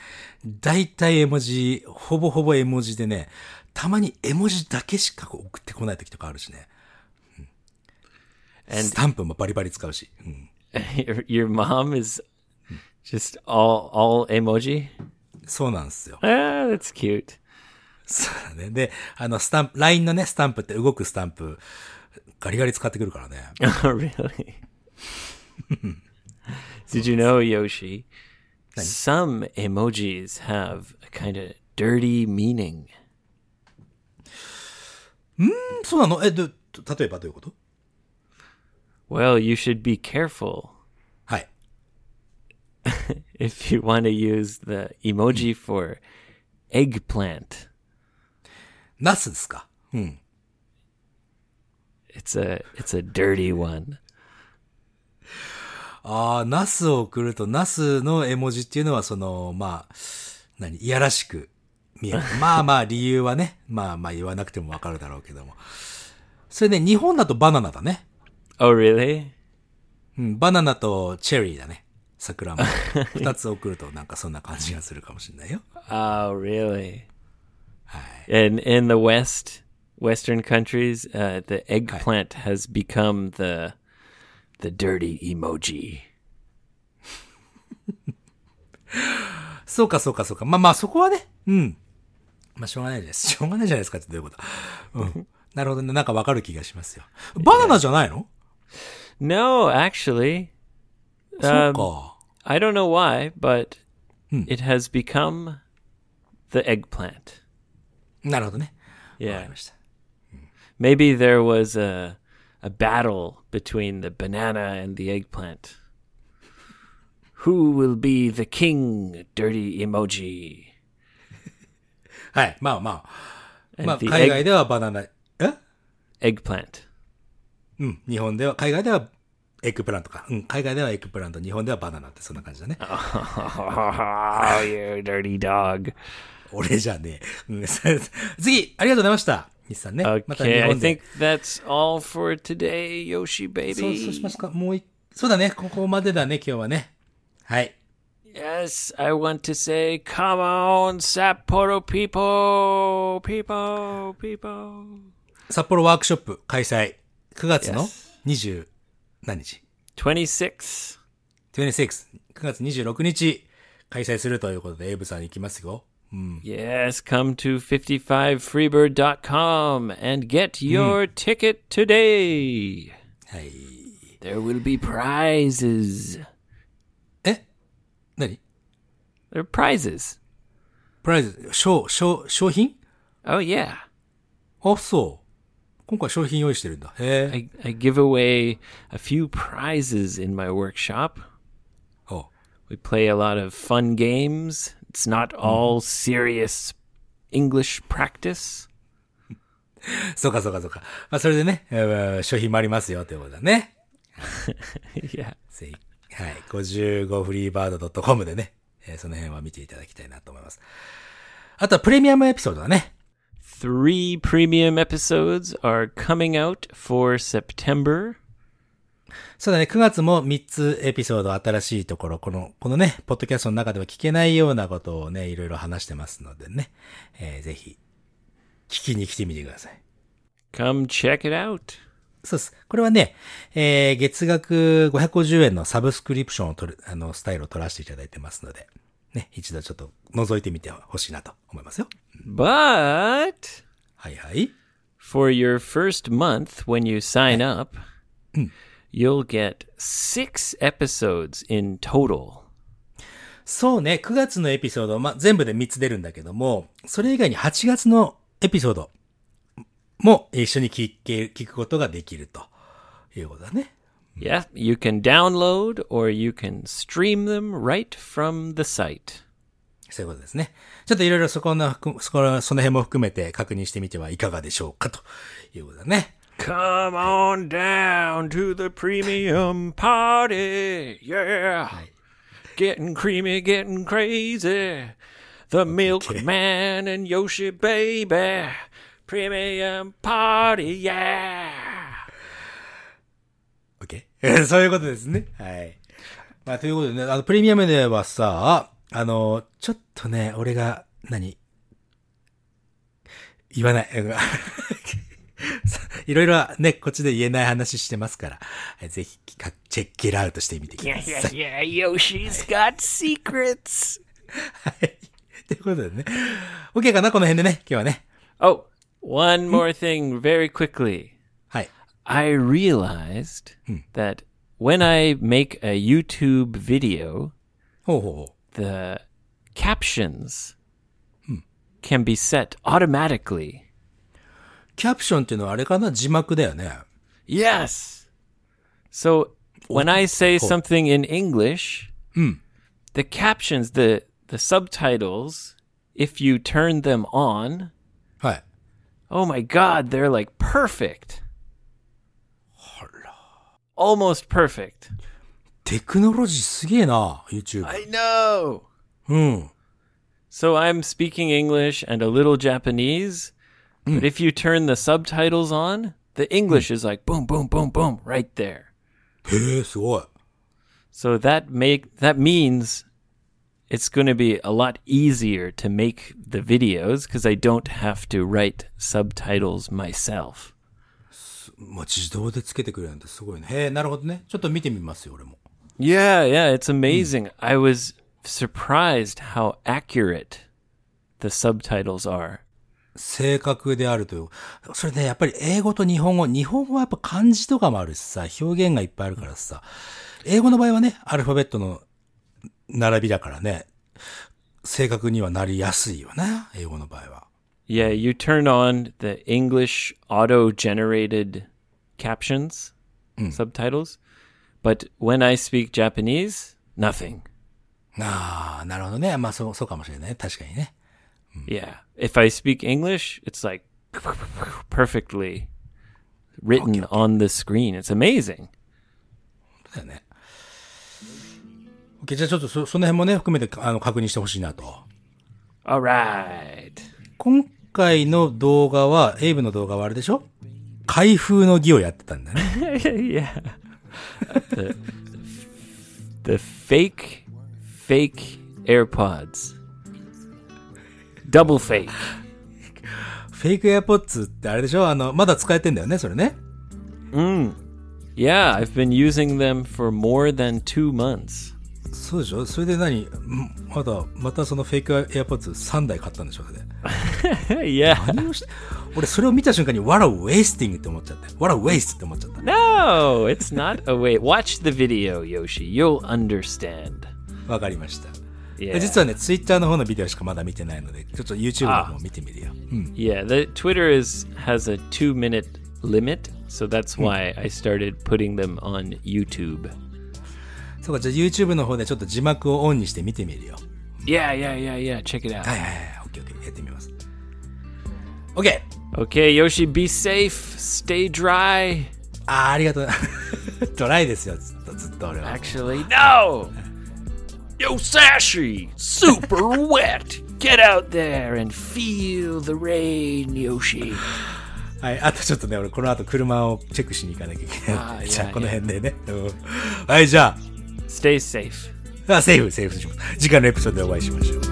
A: 大体絵文字、ほぼほぼ絵文字でね、たまに絵文字だけしかこう送ってこない時とかあるしね。うん、
C: And-
A: スタンプもバリバリ使うし。うん、
C: your, your mom is just all all emoji.
A: そうなんですよ。
C: Ah, that's cute.
A: そうだね。で、あの、スタンプ、LINE のね、スタンプって動くスタンプ、ガリガリ使ってくるからね。
C: Oh, really? Did you know, Yoshi? Some emojis have a kind of dirty meaning.
A: そうなのえ、ど、ど例えばどういうこと
C: Well, you should be careful
A: はい。
C: if you want to use the emoji for eggplant.
A: ナスですか
C: It's a it's a dirty one.
A: ああ、ナスを送ると、ナスの絵文字っていうのは、その、まあ、何、いやらしく見える。 まあまあ、理由はね、まあまあ言わなくてもわかるだろうけども。それね、日本だとバナナだね。
C: Oh, really?
A: うん、バナナとチェリーだね。桜 も。二つ送るとなんかそんな感じがするかもしれないよ。
C: Oh, really? And in the West, Western countries, uh, the eggplant has become the the dirty emoji.
A: そうかそうかそうか。まあまあそこはね、うん。まあしょうがないです。 しょうがないじゃないですかってどういうこと。 うん。なるほどね。なんかわかる気がしますよ。バナナじゃないの
C: No, actually,
A: そう
C: um,
A: か。
C: I don't know why, but it has become the eggplant.
A: なるほどね。わか
C: Yeah.
A: りました。
C: Maybe there was a a battle between the banana and the eggplant. Who will be the king, dirty emoji?
A: はい。まあま
C: And
A: あ。まあ
C: the
A: 海
C: egg-
A: 外ではバナナ、え
C: eggplant.
A: うん。日本では、海外ではエッグプラントか。うん。海外ではエッグプラント、日本ではバナナってそんな感じだね。
C: Oh, you dirty dog.
A: 俺じゃねえ。うん さ次、ありがとうございました。西さんね。また日
C: Okay, I
A: 本で
C: think。that's all for today, Yoshi
A: そう、そうし
C: baby.
A: ますか。もうい、そうだね。ここまでだね、今日はね。はい。
C: Yes, I want to say, come on, Sapporo people, people, people.
A: 札幌ワークショップ開催。9月の20、何日
C: 26.
A: ?26。9月26日開催するということで、エイブさん行きますよ。
C: Yes, come to 55freebird.com and get your ticket today.
A: はい。
C: There will be prizes.
A: え何
C: There are prizes.
A: プライズ、商、商、商品
C: Oh, yeah.
A: あ、そう。今回商品用意してるんだ。へえ。
C: I, I give away a few prizes in my workshop.
A: お
C: We play a lot of fun games. It's not all serious English practice.
A: そうかそうかそうか。まあ、それでね、えー商品もありますよ、ということだね。
C: yeah.
A: ぜひ、はい、55freebird.com でね、えーその辺は見ていただきたいなと思います。あとはプレミアムエピソードだね。
C: Three premium episodes are coming out for September.
A: そうだね、9月も3つエピソード新しいところ、この、このね、ポッドキャストの中では聞けないようなことをね、いろいろ話してますのでね、えーぜひ、聞きに来てみてください。
C: Come check it out.
A: そうです。これはね、えー月額550円のサブスクリプションを取る、あの、スタイルを取らせていただいてますので、ね、一度ちょっと覗いてみてほしいなと思いますよ。
C: But
A: はいはい。
C: for your first month when you sign up, you'll get six episodes in total.
A: そうね、9月のエピソード、まあ、全部で3つ出るんだけども、それ以外に8月のエピソードも一緒に聞け、聞くことができるということだね。
C: Yeah, you can download or you can stream them right from the site.
A: そういうことですね。ちょっといろいろそこの、そこの、その辺も含めて確認してみてはいかがでしょうかということだね。
C: Come on down to the premium party. Yeah. Getting creamy, getting crazy. The milkman and Yoshi baby. Premium party, yeah.
A: OK? そういうことですね。はい。まあ、ということでね、あの、プレミアムではさ、あの、ちょっとね、俺が、何言わない。 うんいろいろね、こっちで言えない話してますから、えぜひ、かチェックイラウトしてみてください。
C: Yeah, yeah, Yoshi's got secrets.
A: はい。ということでね。OK かなこの辺でね、今日はね。
C: Oh, one more thing very quickly.
A: はい。
C: I realized that when I make a YouTube video,
A: ほうほうほう。
C: the captions can be set automatically.
A: キャプションっていうのはあれかな字幕だよね。
C: Yes. So when I say
A: cool.
C: something in English, the captions, the the subtitles, if you turn them on,
A: はい。
C: oh my god, they're like perfect. Almost perfect.
A: テクノロジーすげえな、YouTube。
C: I know.
A: うん。
C: So I'm speaking English and a little Japanese, but Hmm. if you turn the subtitles on, the English is like boom, boom, boom, boom, right there.
A: へえ、すごい。
C: So that make that means it's going to be a lot easier to make the videos because I don't have to write subtitles myself.
A: まあ、自動でつけてくれるなんてすごいね。へえ、なるほどね。ちょっと見てみますよ、俺も。
C: Yeah, yeah, it's amazing. I was surprised how accurate the subtitles are.
A: 正確であるという。それね、やっぱり英語と日本語、日本語はやっぱ漢字とかもあるしさ、表現がいっぱいあるからさ、英語の場合はね、アルファベットの並びだからね、正確にはなりやすいよね、英語の場合は。
C: Yeah, you turn on the English auto-generated captions, subtitles, but when I speak Japanese, nothing.
A: ああ、なるほどね。まあ、そう、そうかもしれない。確かにね。
C: Yeah. If I speak English, it's like perfectly written on the screen. It's amazing.
A: だよね。OK、じゃあちょっとそ、その辺もね、含めて、あの、確認してほしいなと。
C: All right.
A: 今回の動画は、エイブの動画はあれでしょ開封の儀をやってたんだね。
C: yeah. The, the fake, fake AirPods. Double fake.
A: フェイク AirPods ってあれでしょあの、まだ使えてんだよね、それね。
C: Yeah, I've been using them for more than two months.
A: そうでしょそれで何んまだ、またそのフェイク AirPods3 台買ったんでしょそれで。
C: yeah.
A: 何をして俺それを見た瞬間に、わらウェイスティングって思っちゃった。わらウェイスって思っちゃった。
C: No, it's not a way. Watch the video, Yoshi. You'll understand.
A: わかりました。
C: Yeah.
A: 実はね、Twitter の方のビデオしかまだ見てないので、ちょっと YouTube の方も見てみるよ。うん
C: Yeah, the Twitter is has a two minute limit, so that's why I started putting them on YouTube.
A: そうか、じゃあ YouTube の方でちょっと字幕をオンにして見てみるよ。
C: Yeah, yeah, yeah, yeah. Check it out.
A: はいはいはい。OK、OK。やってみます。OK!
C: Okay, Yoshi, be safe. Stay dry.
A: あー、ありがとう。 ドライですよ、ずっと、ずっと俺は。
C: Actually, no. Yo, Sashi, super wet. Get out there and feel the rain, Yoshi.
A: はい、あとちょっとね、俺この後車をチェックしに行かなきゃいけないの
C: あー
A: で。
C: いや
A: じゃあ、この
C: いや
A: 辺でね。うんはい、じゃ
C: Stay safe.
A: あ、あセーフ、セーフにします。次回のエピソードでお会いしましょう。